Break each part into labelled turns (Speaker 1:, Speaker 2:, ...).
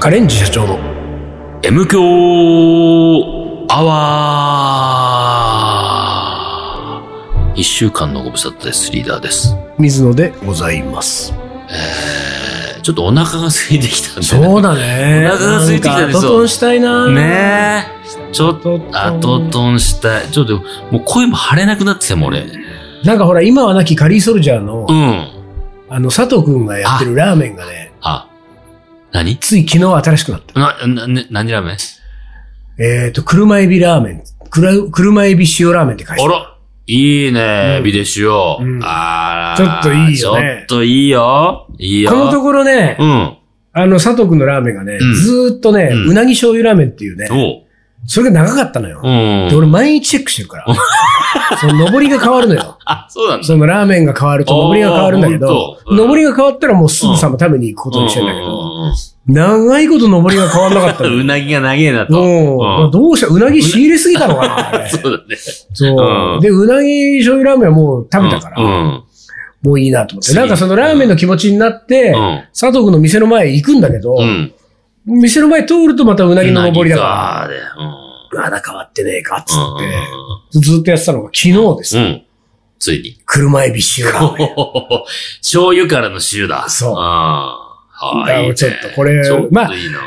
Speaker 1: カレンジ社長の
Speaker 2: M 強アワー一週間のご無沙汰です。リーダーです。
Speaker 1: 水野でございます。
Speaker 2: えー、ちょっとお腹が空いてきたんで。
Speaker 1: そうだね。
Speaker 2: お腹が空いてきたでし
Speaker 1: な
Speaker 2: ょ
Speaker 1: んか後トンしたいな。
Speaker 2: ねえ。ちょっと、後とんしたい。ちょっと、もう声も腫れなくなってきてもう俺。
Speaker 1: なんかほら、今はなきカリーソルジャーの、
Speaker 2: うん。
Speaker 1: あの、佐藤くんがやってるラーメンがね、
Speaker 2: あ、何
Speaker 1: つい昨日新しくなった。
Speaker 2: な、な、な何ラーメン
Speaker 1: えっ、と、車エビラーメン。くら車エビ塩ラーメンって書いて
Speaker 2: あ
Speaker 1: ある。
Speaker 2: らいいね、
Speaker 1: うん
Speaker 2: ビデシオ。
Speaker 1: うん
Speaker 2: あ
Speaker 1: ちょっといいよね
Speaker 2: ちょっといいよ。いいよ。
Speaker 1: このところね、
Speaker 2: うん。
Speaker 1: あの、佐藤くんのラーメンがね、
Speaker 2: うん
Speaker 1: ずーっとね、
Speaker 2: うん
Speaker 1: うなぎ醤油ラーメンっていうね、
Speaker 2: おう。
Speaker 1: それが長かったのよ。で、
Speaker 2: うん。
Speaker 1: 俺毎日チェックしてるから。その上りが変わるの よ。
Speaker 2: あ、そうなんだ。
Speaker 1: そのラーメンが変わると上りが変わるんだけ
Speaker 2: あー
Speaker 1: ど
Speaker 2: 本、当うん
Speaker 1: 上りが変わったらもうすぐさま食べに行くことにしてんだけ
Speaker 2: うん
Speaker 1: ど、
Speaker 2: うんうん
Speaker 1: 長いこと上りが変わんなかったの
Speaker 2: うん う
Speaker 1: よ。
Speaker 2: なぎが長えなと。
Speaker 1: も
Speaker 2: うん
Speaker 1: う、どうしたうなぎ仕入れすぎたのかなあれ
Speaker 2: そうだね。
Speaker 1: そうう。
Speaker 2: ん
Speaker 1: で、うなぎ醤油ラーメンはもう食べたから、
Speaker 2: うん。
Speaker 1: もういいなと思って。
Speaker 2: 次
Speaker 1: なんかそのラーメンの気持ちになって、
Speaker 2: うん
Speaker 1: 佐藤君の店の前へ行くんだけど、
Speaker 2: うん。
Speaker 1: 店の前通るとまたうなぎの上りだから、
Speaker 2: うなぎかで
Speaker 1: うわ、な変わってねえか、っつ
Speaker 2: うんうん
Speaker 1: っ。て、ずっとやってたのが昨日です
Speaker 2: う
Speaker 1: ね。
Speaker 2: ん。ついに。
Speaker 1: 車エビ塩 ラーメン。
Speaker 2: 醤油からの塩だ。
Speaker 1: そう
Speaker 2: ああ。は
Speaker 1: だから
Speaker 2: いいね。
Speaker 1: ちょっとこれ
Speaker 2: ちょっと
Speaker 1: まあ
Speaker 2: いいな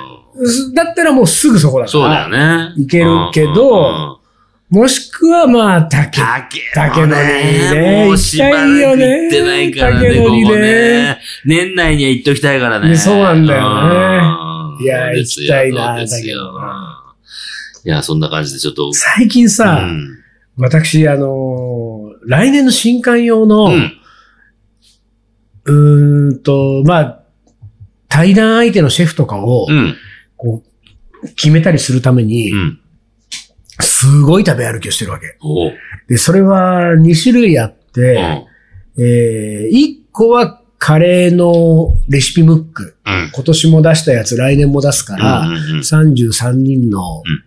Speaker 1: すだったらもうすぐそこだから。
Speaker 2: そうだよね。
Speaker 1: いけるけど
Speaker 2: うんうんうん
Speaker 1: もしくはまあ、竹。
Speaker 2: 竹
Speaker 1: 竹
Speaker 2: 野
Speaker 1: の
Speaker 2: ね。
Speaker 1: ね
Speaker 2: もうしばらく行ってないからね、
Speaker 1: 行きたい
Speaker 2: こ
Speaker 1: よ
Speaker 2: こ
Speaker 1: ね
Speaker 2: ね。年内には行っときたいからね。
Speaker 1: ねそうなんだよね
Speaker 2: うん
Speaker 1: いや
Speaker 2: そうですよ
Speaker 1: 行きたいな
Speaker 2: そうですよ
Speaker 1: だけど
Speaker 2: いや、そんな感じでちょっと。
Speaker 1: 最近さ、
Speaker 2: うん
Speaker 1: 私、あのー来年の新刊用の、
Speaker 2: う。
Speaker 1: うんーんと、まあ、対談相手のシェフとかを、
Speaker 2: うん。
Speaker 1: こう、決めたりするために、
Speaker 2: うん。
Speaker 1: すごい食べ歩きをしてるわけ。
Speaker 2: おう。
Speaker 1: で、それは2種類あって、えー、1個はカレーのレシピムック。
Speaker 2: うん。
Speaker 1: 今年も出したやつ、来年も出すから、
Speaker 2: うんうんうん
Speaker 1: 33人の
Speaker 2: うん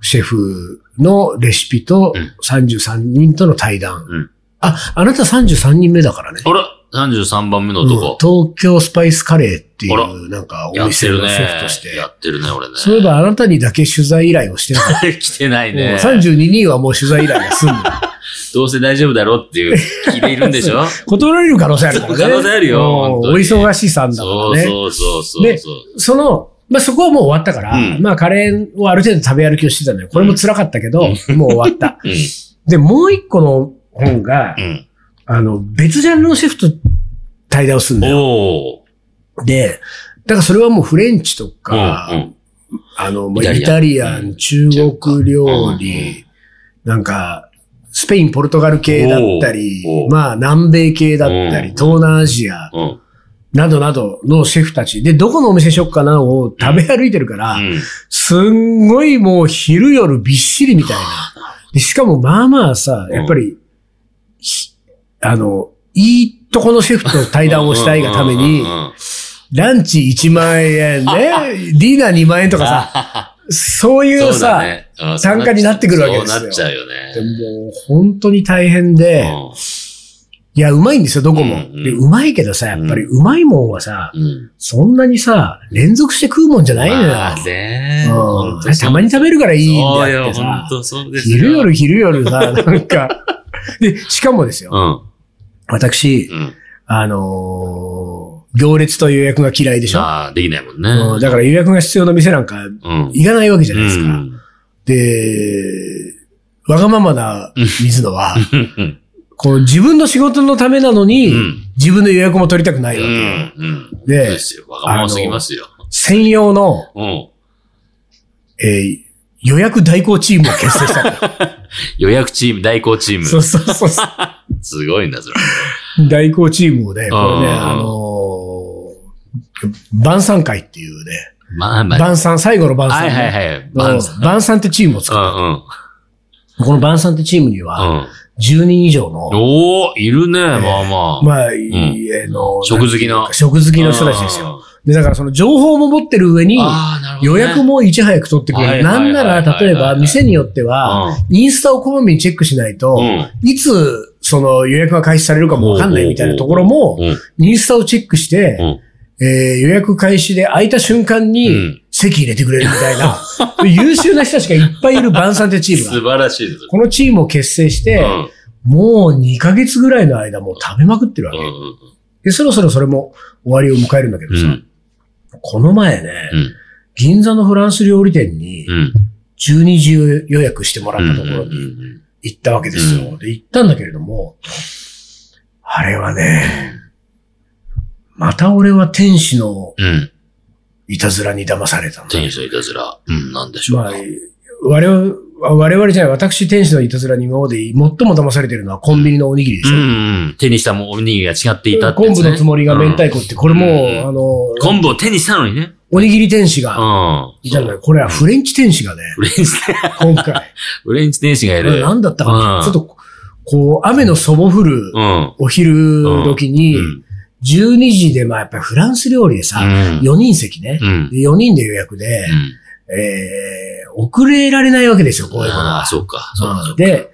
Speaker 1: シェフのレシピと
Speaker 2: うん
Speaker 1: 33人との対談。
Speaker 2: うん
Speaker 1: あ、あなた33人目だからね。
Speaker 2: あら、33番目の
Speaker 1: うん
Speaker 2: 男。
Speaker 1: 東京スパイスカレーってい
Speaker 2: あら
Speaker 1: う、なんか
Speaker 2: や
Speaker 1: お
Speaker 2: って
Speaker 1: 店
Speaker 2: る
Speaker 1: の
Speaker 2: ね
Speaker 1: シェフとして。。
Speaker 2: やってるね、俺ね。
Speaker 1: そういえばあなたにだけ取材依頼をしてなかっ
Speaker 2: 来てない
Speaker 1: た。
Speaker 2: ね。
Speaker 1: 32人はもう取材依頼が済んでる。
Speaker 2: どうせ大丈夫だろうっていう気でいるんで しょ
Speaker 1: 断られる可能性あるからね。
Speaker 2: 可能性あるよ
Speaker 1: うん
Speaker 2: 本
Speaker 1: お
Speaker 2: 当に
Speaker 1: 忙しさんだか
Speaker 2: そ
Speaker 1: ら
Speaker 2: う
Speaker 1: ね。
Speaker 2: そうそうそうそう。
Speaker 1: その、まあ、そこはもう終わったから、
Speaker 2: うん
Speaker 1: まあ、カレーをある程度食べ歩きをしてたのよ。これも辛かったけど、もう終わった。
Speaker 2: うん。
Speaker 1: で、もう一個の本が、
Speaker 2: うん。
Speaker 1: あの、別ジャンルのシェフと対談をするんだよ。
Speaker 2: おー。
Speaker 1: で、だからそれはもうフレンチとか、
Speaker 2: うん
Speaker 1: あの、ま
Speaker 2: イ
Speaker 1: あ
Speaker 2: タリ
Speaker 1: イタ
Speaker 2: アン
Speaker 1: リアン、中国料
Speaker 2: うん
Speaker 1: 理、なんか、スペイン、ポルトガル系だったり
Speaker 2: おうお、う
Speaker 1: まあ、南米系だったり、
Speaker 2: うん
Speaker 1: 東南アジア、
Speaker 2: うん。うん。
Speaker 1: などなどのシェフたち。で、どこのお店しよっかなを食べ歩いてるから、
Speaker 2: うん
Speaker 1: すんごいもう昼夜びっしりみたいな。でしかもまあまあさ、やっぱり、ひあの、いいとこのシェフと対談をしたいがために
Speaker 2: うんう、んうんうん
Speaker 1: ランチ1万 円ね、ディナー2万円とかさ、そういう
Speaker 2: そうだ
Speaker 1: さ、
Speaker 2: ねうん
Speaker 1: 参加になってくるわけですよ
Speaker 2: そうなっちゃうよ
Speaker 1: で
Speaker 2: ね。
Speaker 1: もう本当に大変で、いや、うまいんですよ、どこも。
Speaker 2: うんうん
Speaker 1: で、うまいけどさ、やっぱりうまいもんはさ、
Speaker 2: うんうん。
Speaker 1: そんなにさ、連続して食うもんじゃないのよ。
Speaker 2: まあね
Speaker 1: うん
Speaker 2: 本当に
Speaker 1: たまに食べるからいいん
Speaker 2: そ
Speaker 1: だ
Speaker 2: う
Speaker 1: よ
Speaker 2: よ、
Speaker 1: って
Speaker 2: 本
Speaker 1: さ。
Speaker 2: 当そうですよ。
Speaker 1: 昼夜昼夜 さ、なんか。で、しかもですよ。
Speaker 2: うん。
Speaker 1: 私、
Speaker 2: うん。
Speaker 1: あのー行列と予約が嫌いでしょ、
Speaker 2: まあ、できないもん
Speaker 1: うん、
Speaker 2: ね。
Speaker 1: だから予約が必要な店なんか
Speaker 2: うん。
Speaker 1: 行かないわけじゃ
Speaker 2: う
Speaker 1: ないですか。
Speaker 2: ん。
Speaker 1: で、わがままな水野は、
Speaker 2: うん。
Speaker 1: こう自分の仕事のためなのに、
Speaker 2: うん
Speaker 1: 自分の予約も取りたくな
Speaker 2: う
Speaker 1: いわけ。
Speaker 2: ん。うん。
Speaker 1: で
Speaker 2: そうですよ。わがまますぎますよ。
Speaker 1: 専用の、
Speaker 2: うん。
Speaker 1: えー予約代行チームを結成したのよ
Speaker 2: 予約チーム、代行チーム。
Speaker 1: そうそうそうそう。
Speaker 2: すごいな、それ。
Speaker 1: 代行チームをね、これね、
Speaker 2: あー
Speaker 1: あのー晩餐会っていうね、
Speaker 2: まあまあ。
Speaker 1: 晩餐、最後の晩餐、
Speaker 2: はい
Speaker 1: ね。
Speaker 2: はいはい。
Speaker 1: う
Speaker 2: 晩
Speaker 1: ん
Speaker 2: 餐
Speaker 1: 晩餐ってチームを
Speaker 2: う
Speaker 1: 作る。
Speaker 2: んうん。
Speaker 1: この晩餐ってチームには、
Speaker 2: うん。
Speaker 1: 10人以上の、
Speaker 2: おー、いるね、まあまあ。
Speaker 1: まあ、家の、
Speaker 2: 食好きの。
Speaker 1: 食好きの人たちですよ。で、だからその情報も持ってる上に
Speaker 2: うん。、ああ、なるほど
Speaker 1: 予
Speaker 2: ね。
Speaker 1: 約もいち早く取ってく
Speaker 2: は
Speaker 1: れ
Speaker 2: い
Speaker 1: る。
Speaker 2: はい
Speaker 1: な
Speaker 2: はい
Speaker 1: んなら、例え
Speaker 2: はいはい
Speaker 1: ば、
Speaker 2: はい
Speaker 1: 店によっては、インスタをこまめにチェックしないと
Speaker 2: う、ん。
Speaker 1: いつ、その予約が開始されるかもわかんないみたいなところも
Speaker 2: う、ん。
Speaker 1: インスタをチェックして
Speaker 2: う、ん。
Speaker 1: えー予約開始で空いた瞬間
Speaker 2: う
Speaker 1: に
Speaker 2: ん
Speaker 1: 席入れてくれるみたいな、 優秀な人たちがいっぱいいる晩餐ってチーム
Speaker 2: 素
Speaker 1: が。
Speaker 2: 晴らしいです。
Speaker 1: このチームを結成し
Speaker 2: う
Speaker 1: て、
Speaker 2: ん
Speaker 1: もう2ヶ月ぐらいの間もう食べまくってるわ
Speaker 2: う
Speaker 1: け。
Speaker 2: ん
Speaker 1: で、そろそろそれも終わりを迎えるんだけど
Speaker 2: う
Speaker 1: さ、
Speaker 2: ん
Speaker 1: この前ね、
Speaker 2: うん
Speaker 1: 銀座のフランス料理店に
Speaker 2: うん
Speaker 1: 12時予約してもら
Speaker 2: う
Speaker 1: った
Speaker 2: ん
Speaker 1: ところ
Speaker 2: うんう
Speaker 1: に
Speaker 2: ん
Speaker 1: 行ったわけです
Speaker 2: う
Speaker 1: よ。で、行ったんだけれども、あれはね、また俺は天使の
Speaker 2: うん。
Speaker 1: いたずらに騙されたんだ。
Speaker 2: 天使のいたずら。うん、なんでしょう
Speaker 1: まあ
Speaker 2: か。、
Speaker 1: 我々、我々じゃない、私天使のいたずらに今まで最も騙されてるのはコンビニのおにぎりでし
Speaker 2: う
Speaker 1: ょ。
Speaker 2: んうん。手にしたもおにぎりが違っていたって
Speaker 1: 昆
Speaker 2: やね
Speaker 1: 布のつもりが明太子って、これもう、
Speaker 2: うん
Speaker 1: あの、
Speaker 2: 昆布を手にしたのにね。
Speaker 1: おにぎり天使
Speaker 2: う
Speaker 1: が
Speaker 2: ん。
Speaker 1: いたんだよ。これはフレンチ天使がね、
Speaker 2: フレンチ、
Speaker 1: 今 回。
Speaker 2: フレンチ天使がいる。
Speaker 1: 何だったかな、
Speaker 2: うん
Speaker 1: ちょっと、こう、雨のそぼ降る
Speaker 2: うん。
Speaker 1: お昼時に、
Speaker 2: うん
Speaker 1: 12時で、まあやっぱりフランス料理でさ、
Speaker 2: うん
Speaker 1: 4人席ね
Speaker 2: う。ん。
Speaker 1: で4人で予約で、えー、遅れられないわけですよ、こういうの
Speaker 2: あ
Speaker 1: が
Speaker 2: あ、。そうか。そうか。そうか、
Speaker 1: で、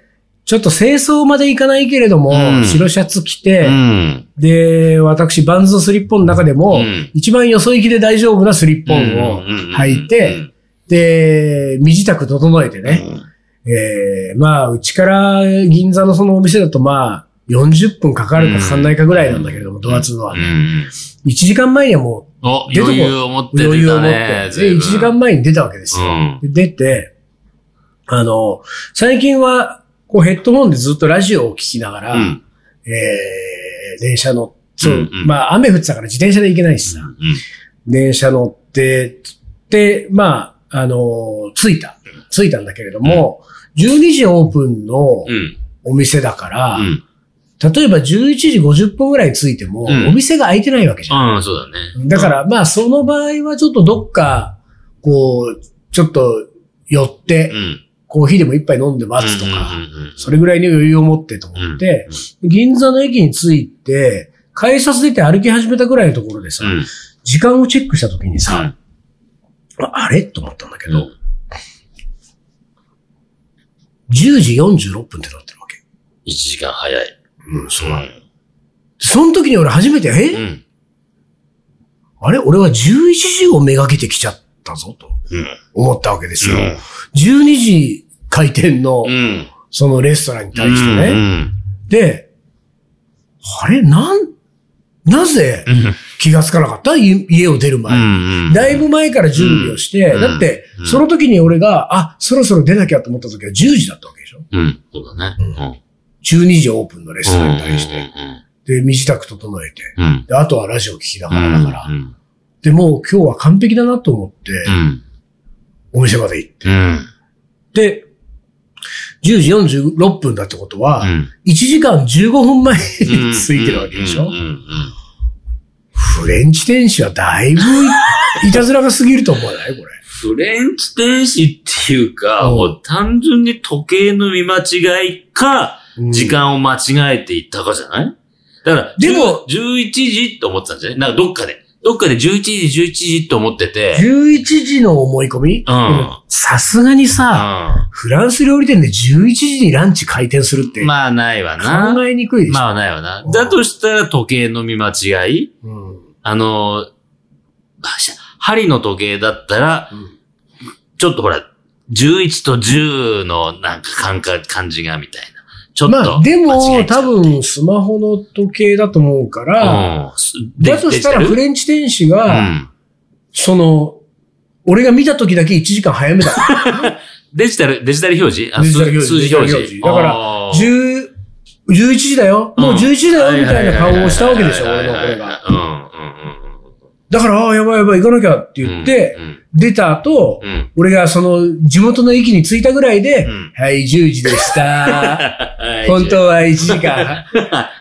Speaker 1: ちょっと清掃までいかないけれども、
Speaker 2: うん
Speaker 1: 白シャツ着
Speaker 2: う
Speaker 1: て、
Speaker 2: ん。
Speaker 1: で、私、バンズのスリッポンの中でも、
Speaker 2: うん
Speaker 1: 一番よそ行きで大丈夫なスリッポンを履いて、で、身支度整えてね、えーまあ、うちから銀座のそのお店だと、まあ、40分かかるかかかんないかぐらいなんだけれども、ドアツのは
Speaker 2: うん。う
Speaker 1: ね。
Speaker 2: ん
Speaker 1: 1時間前にはも
Speaker 2: お、
Speaker 1: 出てこ
Speaker 2: 余裕を持って
Speaker 1: う余
Speaker 2: 出
Speaker 1: 裕を
Speaker 2: た
Speaker 1: 持って
Speaker 2: ね。、
Speaker 1: で、1時間
Speaker 2: も。
Speaker 1: 前に出たわけですよ。で出て、あの、最近は、こうヘッドホンでずっとラジオを聞きながら、
Speaker 2: うん。うん。
Speaker 1: えー、電車乗っそう、
Speaker 2: うんうん
Speaker 1: まあ雨降ってたから自転車で行けないしさ、電車乗って、で、まあ、あのー着いた。着いたんだけれども、12時オープンの
Speaker 2: うん。
Speaker 1: お店だから、
Speaker 2: うん。
Speaker 1: 例えば11時50分ぐらい着いても、
Speaker 2: うん
Speaker 1: お店が開いてないわけじゃん。
Speaker 2: うん、そうだね。
Speaker 1: だから、まあ、その場合はちょっとどっか、こう、ちょっと寄って、
Speaker 2: うん。
Speaker 1: コーヒーでも一杯飲んで待つとか、
Speaker 2: うんうんうん
Speaker 1: それぐらいの余裕を持ってと思って、銀座の駅に着いて、改札出て歩き始めたぐらいのところでさ、
Speaker 2: うん。うん
Speaker 1: 時間をチェックした時にさ、あれと思ったんだけど、10時46分ってなってるわけ。
Speaker 2: 一時間早い。
Speaker 1: うん、そ
Speaker 2: うん
Speaker 1: その時に俺初めて、え、
Speaker 2: うん。
Speaker 1: あれ俺は11時をめがけてきちゃったぞと
Speaker 2: うん。
Speaker 1: 思ったわけですよ。
Speaker 2: うん
Speaker 1: 12時開店の
Speaker 2: うん。
Speaker 1: そのレストランに対してね。
Speaker 2: うん。
Speaker 1: で、あれ、なん、なぜ
Speaker 2: うん。
Speaker 1: 気がつかなかったい家を出る
Speaker 2: う
Speaker 1: 前。
Speaker 2: ん。
Speaker 1: だいぶ前から準備をして、
Speaker 2: うん
Speaker 1: だって
Speaker 2: う、ん
Speaker 1: その時に俺が、あ、そろそろ出なきゃと思った時は10時だったわけでしょ
Speaker 2: うん。そうだね。
Speaker 1: うん
Speaker 2: うん。
Speaker 1: ?12 時オープンのレストランに対し
Speaker 2: う
Speaker 1: て。
Speaker 2: ん
Speaker 1: で、身支度整えて。
Speaker 2: うんうん。
Speaker 1: で、あとはラジオ聞きなが
Speaker 2: う
Speaker 1: ら
Speaker 2: ん。
Speaker 1: だから。
Speaker 2: うん。
Speaker 1: で、もう今日は完璧だなと思って、
Speaker 2: うん。
Speaker 1: お店まで行っ
Speaker 2: うん。
Speaker 1: て、10時46分だってことは、
Speaker 2: うん
Speaker 1: 1時間15分前に着いてるわけでしょ、
Speaker 2: うんうんうんうん
Speaker 1: フレンチ天使はだいぶいいたずらが過ぎると思わないこれ。
Speaker 2: フレンチ天使っていうか、
Speaker 1: うん
Speaker 2: もう単純に時計の見間違いか、時間を間違えていったかじゃないだから、
Speaker 1: でも
Speaker 2: 10、11時って思ってたんじゃないなんかどっかで。どっかで11時、11時って思ってて。
Speaker 1: 11時の思い込みでもさすがに
Speaker 2: うん。
Speaker 1: さ、
Speaker 2: ま
Speaker 1: フランス料理店で11時にランチ開店するって
Speaker 2: あないわな。
Speaker 1: 考えにくいでしょ。
Speaker 2: まあないわな
Speaker 1: うん。
Speaker 2: だとしたら時計の見間違い
Speaker 1: うん
Speaker 2: あの、針の時計だったら、
Speaker 1: うん
Speaker 2: ちょっとほら、11と10のなんか感覚、感じがみたいな。ちょっと。
Speaker 1: まあ、で
Speaker 2: 間違
Speaker 1: も
Speaker 2: えちゃ
Speaker 1: 多
Speaker 2: う、
Speaker 1: 分スマホの時計だと思うから、
Speaker 2: うんすで
Speaker 1: だとしたら
Speaker 2: でき
Speaker 1: フ
Speaker 2: てる
Speaker 1: レンチ天使
Speaker 2: う
Speaker 1: が、
Speaker 2: ん。
Speaker 1: その、俺が見た時だけ1時間早め だ。
Speaker 2: デジタル、デジタル表示あ
Speaker 1: デジタル表示
Speaker 2: 数数字表
Speaker 1: デジ
Speaker 2: 示。
Speaker 1: タル表示だから
Speaker 2: あー
Speaker 1: 10 11時だよもう11時だよみたいな顔をしたわけでしょ、
Speaker 2: は
Speaker 1: 俺
Speaker 2: い
Speaker 1: の
Speaker 2: はいは
Speaker 1: 声
Speaker 2: いはい
Speaker 1: が。
Speaker 2: うん、うん、うん。
Speaker 1: だから、ああ、やばいやばい、行かなきゃって言って、
Speaker 2: うん、
Speaker 1: 出た後、
Speaker 2: うん。
Speaker 1: 俺がその地元の駅に着いたぐらいで、
Speaker 2: うん
Speaker 1: はい、10時で した。
Speaker 2: はい
Speaker 1: 本当は1時間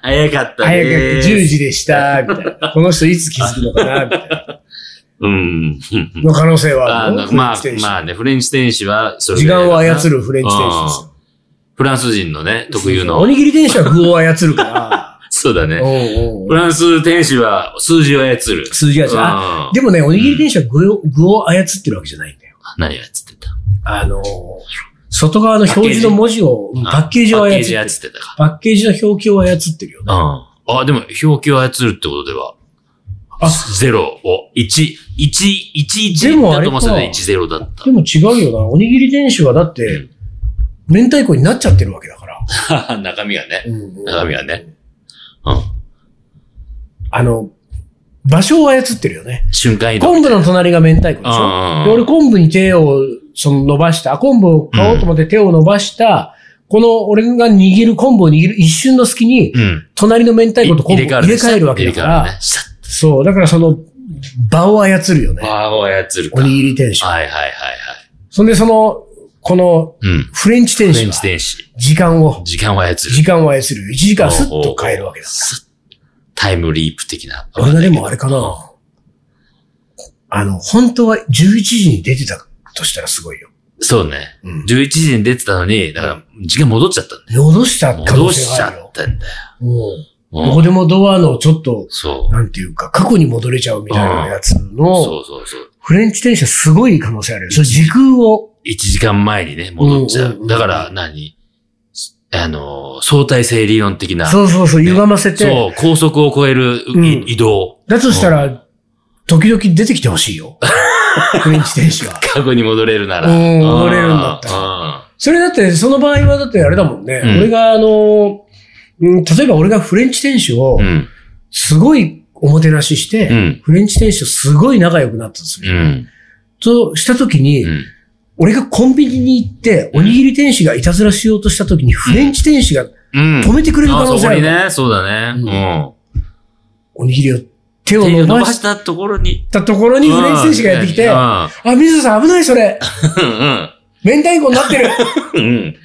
Speaker 2: 早かった
Speaker 1: 早くっ
Speaker 2: で
Speaker 1: て
Speaker 2: ーす。
Speaker 1: 10時でした、みたいな。この人いつ気づくのかな、みたいな。
Speaker 2: うん。
Speaker 1: の可能性はあ
Speaker 2: あ
Speaker 1: る
Speaker 2: ー
Speaker 1: の
Speaker 2: なんかまあ
Speaker 1: フレンチ、
Speaker 2: ま
Speaker 1: 天
Speaker 2: あね、フレンチ天使は、そ
Speaker 1: 使時
Speaker 2: れぐらい
Speaker 1: 間
Speaker 2: だ
Speaker 1: を
Speaker 2: な
Speaker 1: 操るフレンチ天使ですよ。
Speaker 2: フランス人のね、特 有
Speaker 1: お
Speaker 2: の。
Speaker 1: にぎり天使は具を操る から。
Speaker 2: そうだね。
Speaker 1: おうおう
Speaker 2: フランス天使は数字を操る。
Speaker 1: 数字が違う。あ
Speaker 2: あ
Speaker 1: でもね、おにぎり天使は具を具を操ってるわけじゃないんだよ。
Speaker 2: 何を操ってた
Speaker 1: あのー、外側の表示の文字を、うんパッケージを
Speaker 2: パッ
Speaker 1: 操
Speaker 2: ケ
Speaker 1: っ
Speaker 2: ー
Speaker 1: て
Speaker 2: ジ
Speaker 1: る
Speaker 2: 操。ってたか。
Speaker 1: パッケージの表記を操ってるよ
Speaker 2: う
Speaker 1: ね。
Speaker 2: ん。あ、でも表記を操るってことでは、
Speaker 1: あ
Speaker 2: ゼロを、1、1、
Speaker 1: で
Speaker 2: 1、1
Speaker 1: もあ
Speaker 2: だ
Speaker 1: れ
Speaker 2: と
Speaker 1: か
Speaker 2: 思ってたね、10だった
Speaker 1: で。も違うよな。おにぎり電子はだって、明太子になっちゃってるわけだから。
Speaker 2: 中身がね。
Speaker 1: うん
Speaker 2: 中身はね。うん。
Speaker 1: あの、場所を操ってるよね。
Speaker 2: 瞬間移動。
Speaker 1: 昆布の隣が明太子でし
Speaker 2: うんうんうん
Speaker 1: ょ。で俺昆布に手をその伸ばした、昆布を買おうと思って手を伸ばした、この俺が握る、昆布を握る一瞬の隙に、
Speaker 2: うん。
Speaker 1: 隣の明太子と昆布を
Speaker 2: 入れ替わ
Speaker 1: 入
Speaker 2: る
Speaker 1: れ
Speaker 2: でしょ。
Speaker 1: 替えるわけだか
Speaker 2: 入れ替わる
Speaker 1: ら、
Speaker 2: ねシャッ
Speaker 1: そう、だからその場を操るよね。
Speaker 2: バーを操るか。
Speaker 1: おにぎり天使。
Speaker 2: はいはいはいはい。
Speaker 1: そんでその、この
Speaker 2: うん。
Speaker 1: フレンチ天
Speaker 2: フ
Speaker 1: 使
Speaker 2: レン
Speaker 1: は
Speaker 2: チ電子。
Speaker 1: 時間を、
Speaker 2: 時間を操る。
Speaker 1: 時間を操る。1時間スッと変えるわけだ。
Speaker 2: スッタイムリープ的な。
Speaker 1: 俺がでもあれかな。あの、本当は11時に出てたとしたらすごいよ。
Speaker 2: そうね。
Speaker 1: うん。
Speaker 2: 11時に出てたのに、だから、時間戻っちゃったんだ
Speaker 1: 戻した
Speaker 2: よ。
Speaker 1: 可能
Speaker 2: 戻
Speaker 1: 性
Speaker 2: しち
Speaker 1: が
Speaker 2: ゃ
Speaker 1: ある
Speaker 2: っ
Speaker 1: よ。
Speaker 2: たんだよ。
Speaker 1: もう
Speaker 2: うん
Speaker 1: どこでもドアのちょっと、
Speaker 2: そう。
Speaker 1: なんていうか、過去に戻れちゃうみたいなやつの、
Speaker 2: そうそうそう。
Speaker 1: フレンチ転写すごい可能性あるよ。それ時空を、
Speaker 2: 1時間前にね、戻っちゃ
Speaker 1: うんうんうん
Speaker 2: う。だから何、あの、相対性理論的な。
Speaker 1: そうそうそう、歪ませて、
Speaker 2: そう、高速を超える
Speaker 1: うん
Speaker 2: い移動。
Speaker 1: だとしたら、時々出てきてほしい よ。フレンチ転写は。
Speaker 2: 過去に戻れるなら。
Speaker 1: うん戻れるんだったら
Speaker 2: ら。
Speaker 1: それだって、その場合はだってあれだもんね。
Speaker 2: うん
Speaker 1: 俺があの、うん例えば俺がフレンチ店主を
Speaker 2: う、ん。
Speaker 1: すごいおもてなしして、
Speaker 2: うん。
Speaker 1: フレンチ店主とすごい仲良くなったとす
Speaker 2: う
Speaker 1: る。
Speaker 2: ん。
Speaker 1: としたときに、
Speaker 2: うん。
Speaker 1: 俺がコンビニに行って、おにぎり店主がいたずらしようとしたときに、フレンチ店主が
Speaker 2: うん。
Speaker 1: 止めてくれる可
Speaker 2: あ
Speaker 1: 能
Speaker 2: そ
Speaker 1: 性
Speaker 2: こ
Speaker 1: ある
Speaker 2: に。ね、そうだね。
Speaker 1: おにぎりを手
Speaker 2: うん。
Speaker 1: を
Speaker 2: 手を
Speaker 1: 伸
Speaker 2: 伸
Speaker 1: ば
Speaker 2: ばし
Speaker 1: した
Speaker 2: ところに。
Speaker 1: たところにフレンチ店主がやってきて、
Speaker 2: うん
Speaker 1: あ、水野さん危ないそれ
Speaker 2: うん。
Speaker 1: 明太子になってる
Speaker 2: うん。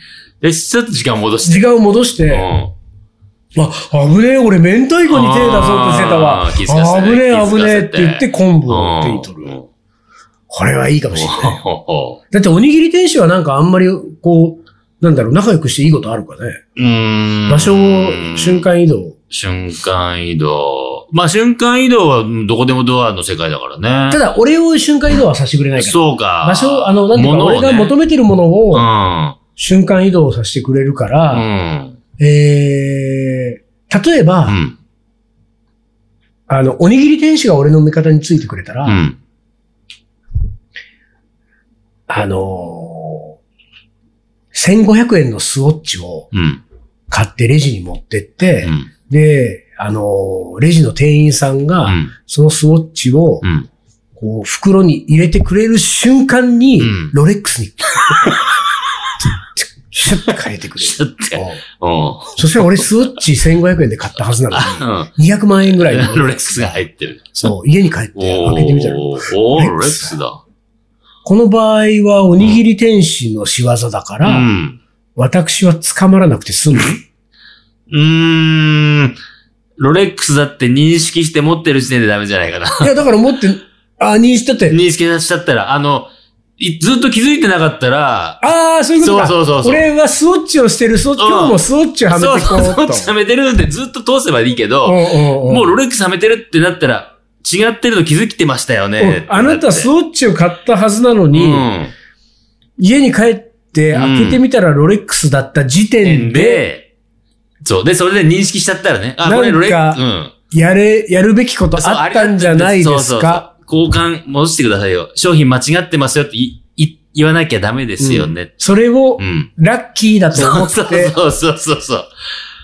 Speaker 2: で、ちょっと時間戻して。
Speaker 1: 時間を戻し
Speaker 2: う
Speaker 1: て、
Speaker 2: ん。
Speaker 1: あ、危ねえ、俺明太子に手出そうとしてたわ。
Speaker 2: あー気づかせ
Speaker 1: あ
Speaker 2: て
Speaker 1: 危ねえ、
Speaker 2: 気
Speaker 1: 危
Speaker 2: づ
Speaker 1: ね
Speaker 2: か
Speaker 1: え
Speaker 2: せ
Speaker 1: ってて言って昆布を手
Speaker 2: うん
Speaker 1: に取る。これはいいかもしれない。
Speaker 2: ほほ
Speaker 1: だっておにぎり店主はなんかあんまり、こう、なんだろう、仲良くしていいことあるかね。
Speaker 2: うーん
Speaker 1: 場所を瞬。間移動。
Speaker 2: 瞬間移動。まあ、瞬間移動はうんどこでもドアの世界だから
Speaker 1: た
Speaker 2: ね。
Speaker 1: だ、俺を瞬間移動はさせてくれないから。
Speaker 2: そうか。
Speaker 1: 場所、あの、なんていうか、
Speaker 2: 物を
Speaker 1: 俺が
Speaker 2: ね
Speaker 1: 求めてるもの
Speaker 2: う
Speaker 1: を
Speaker 2: ん。
Speaker 1: 瞬間移動させてくれるか
Speaker 2: う
Speaker 1: ら、
Speaker 2: ん。
Speaker 1: えー、例えば、
Speaker 2: うん。
Speaker 1: あの、おにぎり店主が俺の味方についてくれたら、
Speaker 2: うん。
Speaker 1: あのー、1500円のスウォッチを
Speaker 2: うん。
Speaker 1: 買ってレジに持ってって、
Speaker 2: うん。
Speaker 1: で、あのーレジの店員さんが、
Speaker 2: うん
Speaker 1: そのスウォッチを、
Speaker 2: うん。
Speaker 1: こう、袋に入れてくれる瞬間に、
Speaker 2: うん
Speaker 1: ロレックスに、シュッて変えてくれ
Speaker 2: ちょっ
Speaker 1: る。
Speaker 2: と。
Speaker 1: うん
Speaker 2: う
Speaker 1: そしたら俺スウォッチ1500円で買ったはずなの
Speaker 2: ん。うん。
Speaker 1: に、200万円ぐらいの
Speaker 2: ロレックスが入ってる。
Speaker 1: そう、家に帰っ
Speaker 2: お
Speaker 1: て
Speaker 2: ー
Speaker 1: 開けてみたら、
Speaker 2: おー、
Speaker 1: レッ
Speaker 2: ロ
Speaker 1: ク
Speaker 2: レック
Speaker 1: ス
Speaker 2: スだ。
Speaker 1: この場合はおにぎり天使の仕業だか
Speaker 2: う
Speaker 1: ら、
Speaker 2: ん。
Speaker 1: 私は捕まらなくて済む。
Speaker 2: うーん。ロレックスだって認識して持ってる時点でダメじゃないかな。
Speaker 1: いや、だから持って、あ、認識だって、
Speaker 2: 認識しちゃったら、あの、いずっと気づいてなかったら、
Speaker 1: ああ、そういうこと
Speaker 2: そ
Speaker 1: か。
Speaker 2: うそうそうそう。
Speaker 1: 俺はスウォッチをしてる、スウォッチ、
Speaker 2: うん
Speaker 1: 今日もスウォッチをはめ
Speaker 2: そう
Speaker 1: てこ
Speaker 2: そう
Speaker 1: う
Speaker 2: そう、
Speaker 1: と。
Speaker 2: はめてるんでずっと通せばいいけど、
Speaker 1: うんうんうん
Speaker 2: もうロレックスはめてるってなったら、違ってるの気づいてましたよね。
Speaker 1: うんあなたスウォッチを買ったはずなの
Speaker 2: う
Speaker 1: に、
Speaker 2: ん。
Speaker 1: 家に帰って開けてみたらロレックスだった時点で、
Speaker 2: で、そう。で、それで認識しちゃったらね。あ、これロレ
Speaker 1: な
Speaker 2: ッ
Speaker 1: ん
Speaker 2: ク
Speaker 1: か
Speaker 2: ス。うん。
Speaker 1: やれ、やるべきこと
Speaker 2: そう
Speaker 1: あったんじゃないですか。。
Speaker 2: ありがとうそうそうそう交換戻してくださいよ。商品間違ってますよっていい言わなきゃダメですよね。
Speaker 1: それを
Speaker 2: う、ん。
Speaker 1: ラッキーだと
Speaker 2: そ
Speaker 1: 思
Speaker 2: うそ
Speaker 1: っ
Speaker 2: う
Speaker 1: て、
Speaker 2: そうそうそうそう。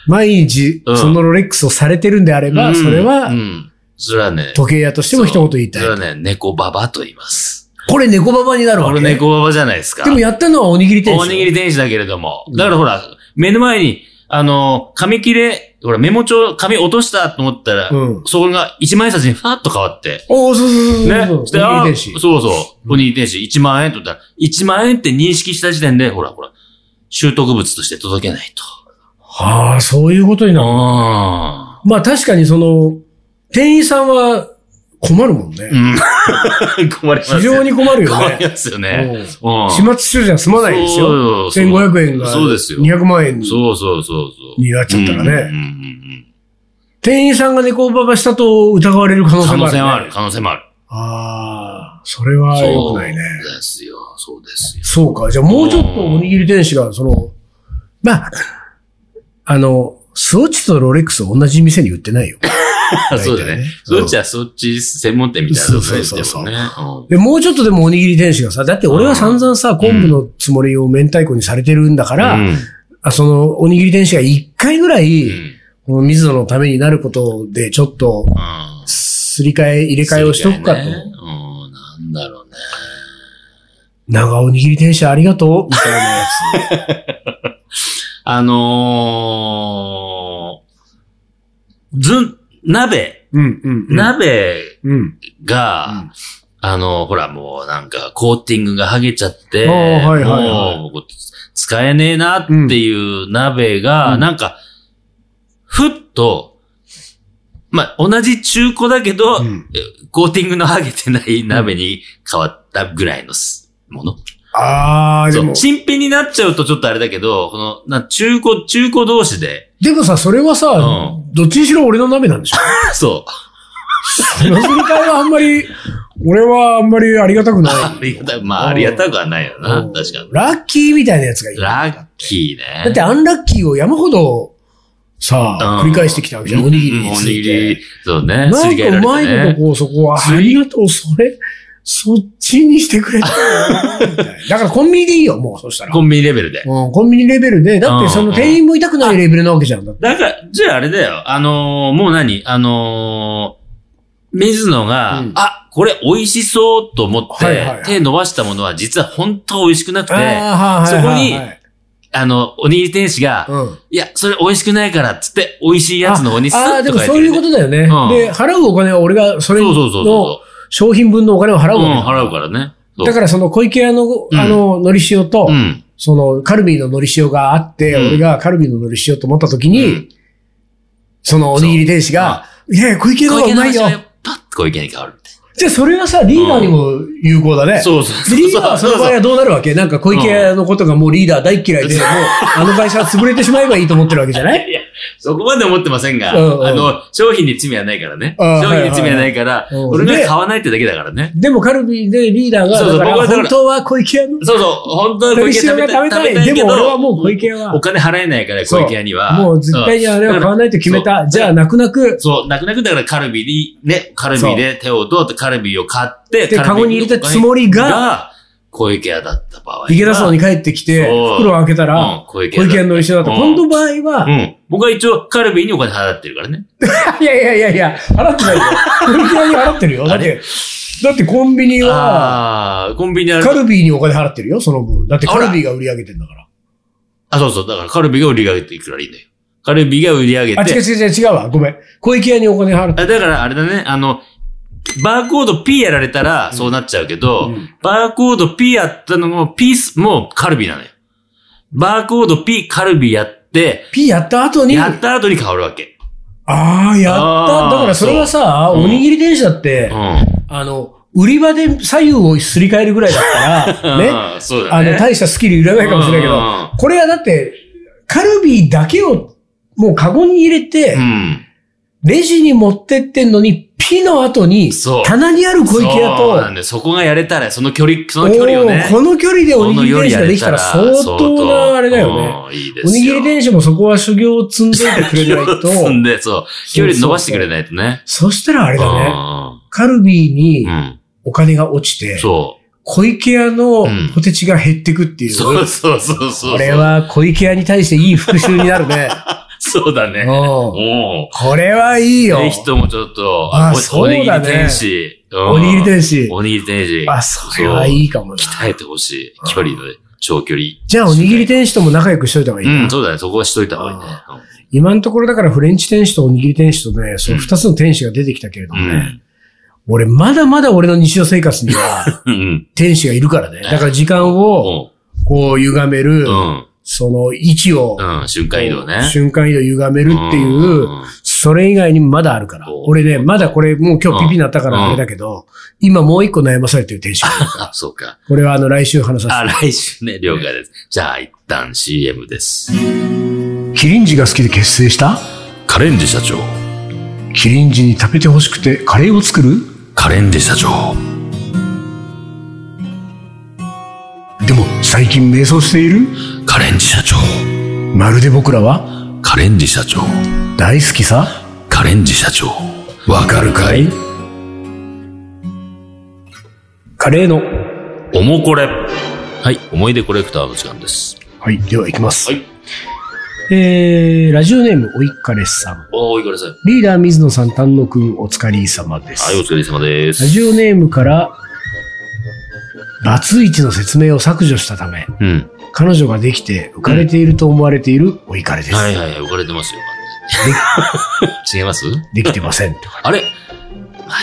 Speaker 1: 毎日
Speaker 2: うん
Speaker 1: そのロレックスをされてるんであれば、
Speaker 2: うん
Speaker 1: それは
Speaker 2: うん。それはね。
Speaker 1: 時計屋としても一言言いたい
Speaker 2: それ。はね、猫ババと言います。
Speaker 1: これ猫ババになるわ
Speaker 2: こ
Speaker 1: け
Speaker 2: れ猫ババじゃないですか。
Speaker 1: でもやったのはおにぎり店主。
Speaker 2: おにぎり天使だけれども
Speaker 1: う。ん
Speaker 2: だからほら、目の前に、あの、紙切れ、ほら、メモ帳、紙落としたと思ったら、
Speaker 1: うん
Speaker 2: そこが一万円札にファーッと変わって。
Speaker 1: おーそう
Speaker 2: ね。
Speaker 1: そうそうそう。
Speaker 2: して
Speaker 1: お
Speaker 2: あ
Speaker 1: にぎり天
Speaker 2: そ
Speaker 1: 使。
Speaker 2: うそう。おにぎり天使、一万円と言ったら、一万円って認識した時点で、ほら、ほら、習得物として届けないと。
Speaker 1: はあ、そういうことになる。
Speaker 2: あ
Speaker 1: まあ確かにその、店員さんは困るもんね。
Speaker 2: あ。うん。 困りますよ
Speaker 1: 非常に困るよ
Speaker 2: 困り
Speaker 1: ね。
Speaker 2: ますよね。
Speaker 1: うん
Speaker 2: うん。
Speaker 1: 始末書じゃ済まないですよ。
Speaker 2: そうよ
Speaker 1: 1500円が
Speaker 2: そうですよ。
Speaker 1: 200万円に
Speaker 2: そうそうそうそう。
Speaker 1: なっちゃったら
Speaker 2: うん
Speaker 1: ね。
Speaker 2: うんうん
Speaker 1: 店員さんが猫ババしたと疑われる可
Speaker 2: う
Speaker 1: 能
Speaker 2: ん。可
Speaker 1: 性も
Speaker 2: 能
Speaker 1: ある、
Speaker 2: 性
Speaker 1: ね。
Speaker 2: もある。可能性もある。
Speaker 1: ああ、それは良
Speaker 2: そ
Speaker 1: く
Speaker 2: う
Speaker 1: ないね。
Speaker 2: ですよ。そうですよ。
Speaker 1: そうか。じゃあもうちょっとおにぎり天使が、その、まあ、あの、スウォッチとロレックス同じ店に売ってないよ。
Speaker 2: あそうだ
Speaker 1: 大体
Speaker 2: ね
Speaker 1: ね。
Speaker 2: そっちはそっち専門店みたいなとこですよね。うん
Speaker 1: で、もうちょっとでもおにぎり天使がさ、だって俺は散々さ、昆布のつもりを明太子にされてるんだから、
Speaker 2: うん
Speaker 1: あそのおにぎり天使が一回ぐらい、
Speaker 2: うん
Speaker 1: この水野のためになることで、ちょっと、
Speaker 2: うん
Speaker 1: すり替え、入れ替えをしとくかと。
Speaker 2: ねうん、なんだろうね。
Speaker 1: 長おにぎり天使ありがとう、みたいな や
Speaker 2: あのー、ずん、鍋、
Speaker 1: つ。うん、うん、うん。
Speaker 2: 鍋
Speaker 1: うん。
Speaker 2: が、
Speaker 1: うん
Speaker 2: あの、ほら、もうなんか、コーティングが剥げちゃって、
Speaker 1: あーはいはいはい
Speaker 2: もう、使えねえなっていう鍋が、
Speaker 1: うん
Speaker 2: なんか、ふっと、まあ、同じ中古だけど、
Speaker 1: うん
Speaker 2: コーティングの剥げてない鍋に変わったぐらいのすもの。
Speaker 1: あー、で
Speaker 2: そう
Speaker 1: も、
Speaker 2: 新品になっちゃうとちょっとあれだけど、この、な中古、中古同士で、
Speaker 1: でもさ、それはさ、
Speaker 2: う
Speaker 1: どっちにしろ俺の鍋なんでしょ
Speaker 2: そう。
Speaker 1: そのすり替えはあんまり、俺はあんまりありがたくない。
Speaker 2: ありがたまあ、ありがたくはないよな。
Speaker 1: うん
Speaker 2: 確かに。
Speaker 1: ラッキーみたいなやつがいい。
Speaker 2: ラッキー
Speaker 1: だっ
Speaker 2: ね。
Speaker 1: てアンラッキーを山ほど、さあ、繰
Speaker 2: うん
Speaker 1: り返してきたわけじゃん、おにぎり
Speaker 2: うん
Speaker 1: に
Speaker 2: お
Speaker 1: つ
Speaker 2: にぎ
Speaker 1: いて。
Speaker 2: り、そうね。す
Speaker 1: な
Speaker 2: り
Speaker 1: ん
Speaker 2: 替えら
Speaker 1: かうま
Speaker 2: れ
Speaker 1: い
Speaker 2: て
Speaker 1: こと
Speaker 2: ね。
Speaker 1: こう、そこは、ありがとう、それ、そっちにしてく れたらなみたいなだからコンビニでいいよ、もう、そしたら。
Speaker 2: コンビニレベルで。
Speaker 1: うん、コンビニレベルで、だってその店員も痛くないレベルなわけじゃん。だって
Speaker 2: だから、じゃああれだよ。あのーもう何あのー水野が、
Speaker 1: うん
Speaker 2: あ、これ美味しそうと思って、
Speaker 1: はいはいはい
Speaker 2: 手伸ばしたものは実は本当は美味しくなくて、あ
Speaker 1: あーはい
Speaker 2: そこ
Speaker 1: はい
Speaker 2: に
Speaker 1: はい
Speaker 2: の、おにぎり天使
Speaker 1: は
Speaker 2: が、
Speaker 1: いうん
Speaker 2: いや、それ美味しくないからっつって、美味しいやつの方にス
Speaker 1: ああー、
Speaker 2: ッ
Speaker 1: で
Speaker 2: と
Speaker 1: も
Speaker 2: 書い
Speaker 1: そ
Speaker 2: て
Speaker 1: うい
Speaker 2: る
Speaker 1: う
Speaker 2: ね、
Speaker 1: ことだよね。
Speaker 2: うん
Speaker 1: で、払うお金は俺が、それ
Speaker 2: そうそうそ
Speaker 1: の
Speaker 2: うそ
Speaker 1: 商品分のお金を払う
Speaker 2: う。
Speaker 1: わけだ
Speaker 2: うん、
Speaker 1: から
Speaker 2: 払うからね。そう
Speaker 1: だからその小池屋の、あの、のり塩と、
Speaker 2: うん。
Speaker 1: そのカルビーののり塩があって、
Speaker 2: うん
Speaker 1: 俺がカルビーののり塩と思った時
Speaker 2: う
Speaker 1: に、
Speaker 2: ん
Speaker 1: そのおにぎり天使が、いやいや、小池の方がうまいよ。
Speaker 2: 小池の話はパッと小池に変わるみたい
Speaker 1: じゃあそれはさ、リーダーにも有効だね。
Speaker 2: な。そうそうそう。
Speaker 1: リーダーはその場合はどうなるわけなんか小池屋のことがもうリーダー大っ嫌いで、
Speaker 2: うん
Speaker 1: もうあの会社は潰れてしまえばいいと思ってるわけじゃない
Speaker 2: いや、そこまで思ってませんが、
Speaker 1: うんうん
Speaker 2: あの、商品に罪はないからね。
Speaker 1: あー
Speaker 2: 商品に罪はないから、
Speaker 1: はいはいはいうん
Speaker 2: 俺
Speaker 1: で
Speaker 2: が買わないってだけだからね。
Speaker 1: でもカルビーでリーダーが、
Speaker 2: そうそう
Speaker 1: だから
Speaker 2: 僕はだから
Speaker 1: 本当は小池屋の、
Speaker 2: そうそう、本当は
Speaker 1: の
Speaker 2: 小
Speaker 1: り
Speaker 2: 池
Speaker 1: 塩
Speaker 2: 屋
Speaker 1: が
Speaker 2: 食
Speaker 1: 食べ
Speaker 2: べ
Speaker 1: た
Speaker 2: たい。
Speaker 1: い。で
Speaker 2: け
Speaker 1: も
Speaker 2: ど、
Speaker 1: 俺はもう小池屋は
Speaker 2: お、金払えないから、小池屋には。
Speaker 1: もう絶対にあれは買わないと決めた。じゃあ泣く泣く
Speaker 2: うん。そう、なくなくだからカルビに、ね、カルビで手を取ってカルビを買って、
Speaker 1: で、カゴに入れたつもり
Speaker 2: り
Speaker 1: が、、
Speaker 2: 小池屋だった場合は。
Speaker 1: 池田荘に帰ってきて、
Speaker 2: そう
Speaker 1: 袋を開けた
Speaker 2: う
Speaker 1: ら
Speaker 2: ん、小池
Speaker 1: 小
Speaker 2: 屋
Speaker 1: 池屋のり塩だった。
Speaker 2: うん
Speaker 1: 今度場合
Speaker 2: う
Speaker 1: は、
Speaker 2: ん。僕は一応カルビにお金払ってるからね。
Speaker 1: いやいやいやいや、払ってないよ。小池屋に払ってるよ。だって、だってコンビニは、
Speaker 2: ああ、コンビニある
Speaker 1: カルビーにお金払ってるよ、その分。だってカルビーが売り上げてんだから。
Speaker 2: あ、そうそう。だからカルビが売り上げていくからいいんだよ。カルビが売り上げて。
Speaker 1: あ、違う違う違う違うわ。ごめん。小池屋にお金払って
Speaker 2: あだからあれだね、あの、バーコード P やられたらそうなっちゃうけど、
Speaker 1: うん
Speaker 2: バーコード P やったのも、ピースもカルビなのよ。バーコード P カルビやって、
Speaker 1: ピーやった後に、
Speaker 2: や
Speaker 1: あ
Speaker 2: った後に変わるわけ。
Speaker 1: あー、やっ
Speaker 2: あ
Speaker 1: た。
Speaker 2: ー
Speaker 1: だからそれはさ、
Speaker 2: そううん
Speaker 1: おにぎり電車って
Speaker 2: う、ん。
Speaker 1: あの、売り場で左右をすり替えるぐらいだったら、ね。
Speaker 2: あー そうだ
Speaker 1: あ
Speaker 2: ね。
Speaker 1: の、大したスキルいらないかもしれないけ
Speaker 2: う
Speaker 1: ど、
Speaker 2: ん
Speaker 1: これはだって、カルビーだけをもうカゴに入れて
Speaker 2: う、ん。
Speaker 1: レジに持ってってんのに、ピの後に
Speaker 2: そう、
Speaker 1: 棚にある小池屋
Speaker 2: そう
Speaker 1: と
Speaker 2: なん、だよ。そこがやれたら、その距離、その距離をね
Speaker 1: おー。この距離でおにぎり電車ができたら
Speaker 2: この距離やれ
Speaker 1: 相当なあれだよね。。
Speaker 2: うんいいで
Speaker 1: お
Speaker 2: す
Speaker 1: にぎ
Speaker 2: よ
Speaker 1: り電車もそこは修行を積んでいてくれないと、
Speaker 2: 積んで、そう。距離伸ばしてくれないとね。
Speaker 1: そしたらあれだね、
Speaker 2: う
Speaker 1: カルビーに
Speaker 2: んうん。
Speaker 1: お金が落ちて、
Speaker 2: そ
Speaker 1: 小池屋の
Speaker 2: うん。
Speaker 1: ポテチが減ってくっていうう。
Speaker 2: そうそうそうそう。
Speaker 1: これは小池屋に対していい復讐になるね。
Speaker 2: そうだ ね。
Speaker 1: うん
Speaker 2: おう
Speaker 1: これはいいよ。
Speaker 2: ぜひともちょっと、あ
Speaker 1: あ
Speaker 2: お
Speaker 1: そう
Speaker 2: お
Speaker 1: だ
Speaker 2: に
Speaker 1: ね
Speaker 2: ぎり天使。うん
Speaker 1: おにぎり天使。
Speaker 2: おにぎり天使。
Speaker 1: あ、それはいいかもな。
Speaker 2: 鍛えてほしい。距離のね、長距離。
Speaker 1: じゃあ、おにぎり天使とも仲良くしといた方がいいな。
Speaker 2: うん、そうだね。そこはしといた方がいいね。
Speaker 1: 今のところだからフレンチ天使とおにぎり天使とね、その二つの天使が出てきたけれど
Speaker 2: う
Speaker 1: もね、
Speaker 2: ん。
Speaker 1: 俺まだまだ俺の日常生活には
Speaker 2: うん。
Speaker 1: 天使がいるからね。だから時間を
Speaker 2: おう
Speaker 1: こう歪める、
Speaker 2: うん。
Speaker 1: その位置を、
Speaker 2: うん。瞬間移動ね。
Speaker 1: 瞬間移動歪めるっていう、
Speaker 2: うん
Speaker 1: それ以外にまだあるから。
Speaker 2: お
Speaker 1: 俺ね、まだこれもう今日ピピになったからあれだけど、今もう一個悩まされてる天使がいる。
Speaker 2: あ、そうか。
Speaker 1: これはあの来週話させて
Speaker 2: あ、来週ね、了解です。じゃあ、一旦 CM です。
Speaker 1: キリンジが好きで結成した
Speaker 2: カレンジ社長。
Speaker 1: キリンジに食べて欲しくてカレーを作る
Speaker 2: カレンジ社長。
Speaker 1: でも最近迷走している
Speaker 2: カレンジ社長。
Speaker 1: まるで僕らは
Speaker 2: カレンジ社長。
Speaker 1: 大好きさ
Speaker 2: カレンジ社長。わかるかい
Speaker 1: カレーの。
Speaker 2: おもこれ。はい、思い出コレクターの時間です。
Speaker 1: はい、では行きます。
Speaker 2: はい。
Speaker 1: えー、ラジオネーム、おいっかれさん。
Speaker 2: おおいかれさん。は
Speaker 1: リーダー水野さん、丹野くん、お疲れ様です。
Speaker 2: い、お疲れ様です。
Speaker 1: ラジオネームから、バツイチの説明を削除したため、
Speaker 2: うん。
Speaker 1: 彼女ができて浮かれていると思われているお怒りです。
Speaker 2: はいはいはい、浮かれて ますよ。違います
Speaker 1: できてませんとか。
Speaker 2: あれまたま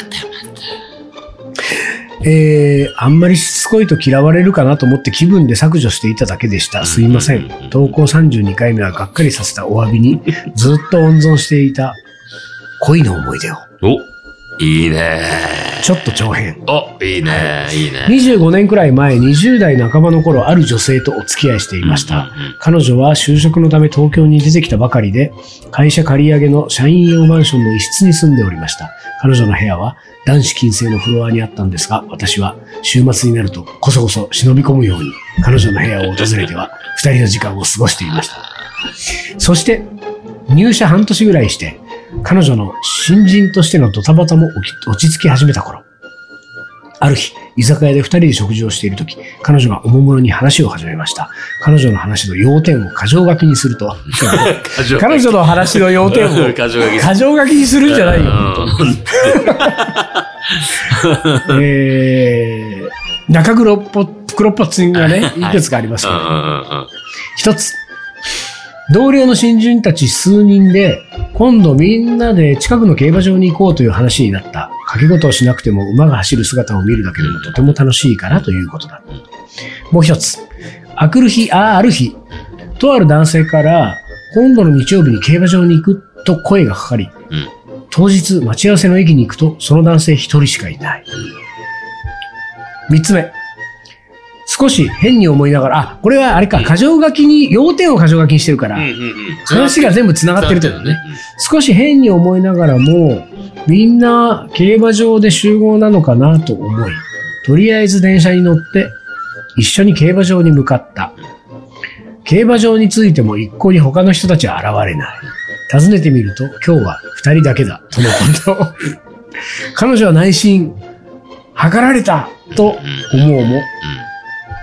Speaker 1: えー、あんまりしつこいと嫌われるかなと思って気分で削除していただけでした。すいません。投稿32回目はがっかりさせたお詫びに、ずっと温存していた恋の思い出を、
Speaker 2: た。おいいね
Speaker 1: ちょっと長編。
Speaker 2: おいいねいいね
Speaker 1: 25年くらい前、20代半ばの頃、ある女性とお付き合いしていました。彼女は就職のため東京に出てきたばかりで、会社借り上げの社員用マンションの一室に住んでおりました。彼女の部屋は男子禁制のフロアにあったんですが、私は週末になるとこそこそ忍び込むように、彼女の部屋を訪れては二人の時間を過ごしていました。そして、入社半年ぐらいして、彼女の新人としてのドタバタも起き落ち着き始めた頃、ある日、居酒屋で二人で食事をしているとき、彼女がおもむろに話を始めました。彼女の話の要点を過剰書きにすると、
Speaker 2: 過 剰
Speaker 1: 彼女の話の要点を
Speaker 2: 過剰書 き
Speaker 1: 過剰書きにするんじゃないよ。
Speaker 2: うん
Speaker 1: えー、中黒っぽ、黒っぽつんがね、いくつかありますけ
Speaker 2: う
Speaker 1: ど、
Speaker 2: んうんうん
Speaker 1: 一つ。同僚の新人たち数人で、今度みんなで近くの競馬場に行こうという話になった。掛け事をしなくても馬が走る姿を見るだけでもとても楽しいからということだ。もう一つ。あくる日、ああ、ある日。とある男性から、今度の日曜日に競馬場に行くと声がかかり、
Speaker 2: うん
Speaker 1: 当日待ち合わせの駅に行くと、その男性一人しかいない。三つ目。少し変に思いながら、あ、これはあれか、
Speaker 2: うん
Speaker 1: 過剰書きに、要点を過剰書きにしてるから、
Speaker 2: うんうんうん
Speaker 1: 話が全部繋がってるってことね。。少し変に思いながらも、みんな競馬場で集合なのかなと思い、とりあえず電車に乗って、一緒に競馬場に向かった。競馬場についても一向に他の人たちは現れない。訪ねてみると、今日は二人だけだ、とのこと。 彼女は内心、図られた、と思うも、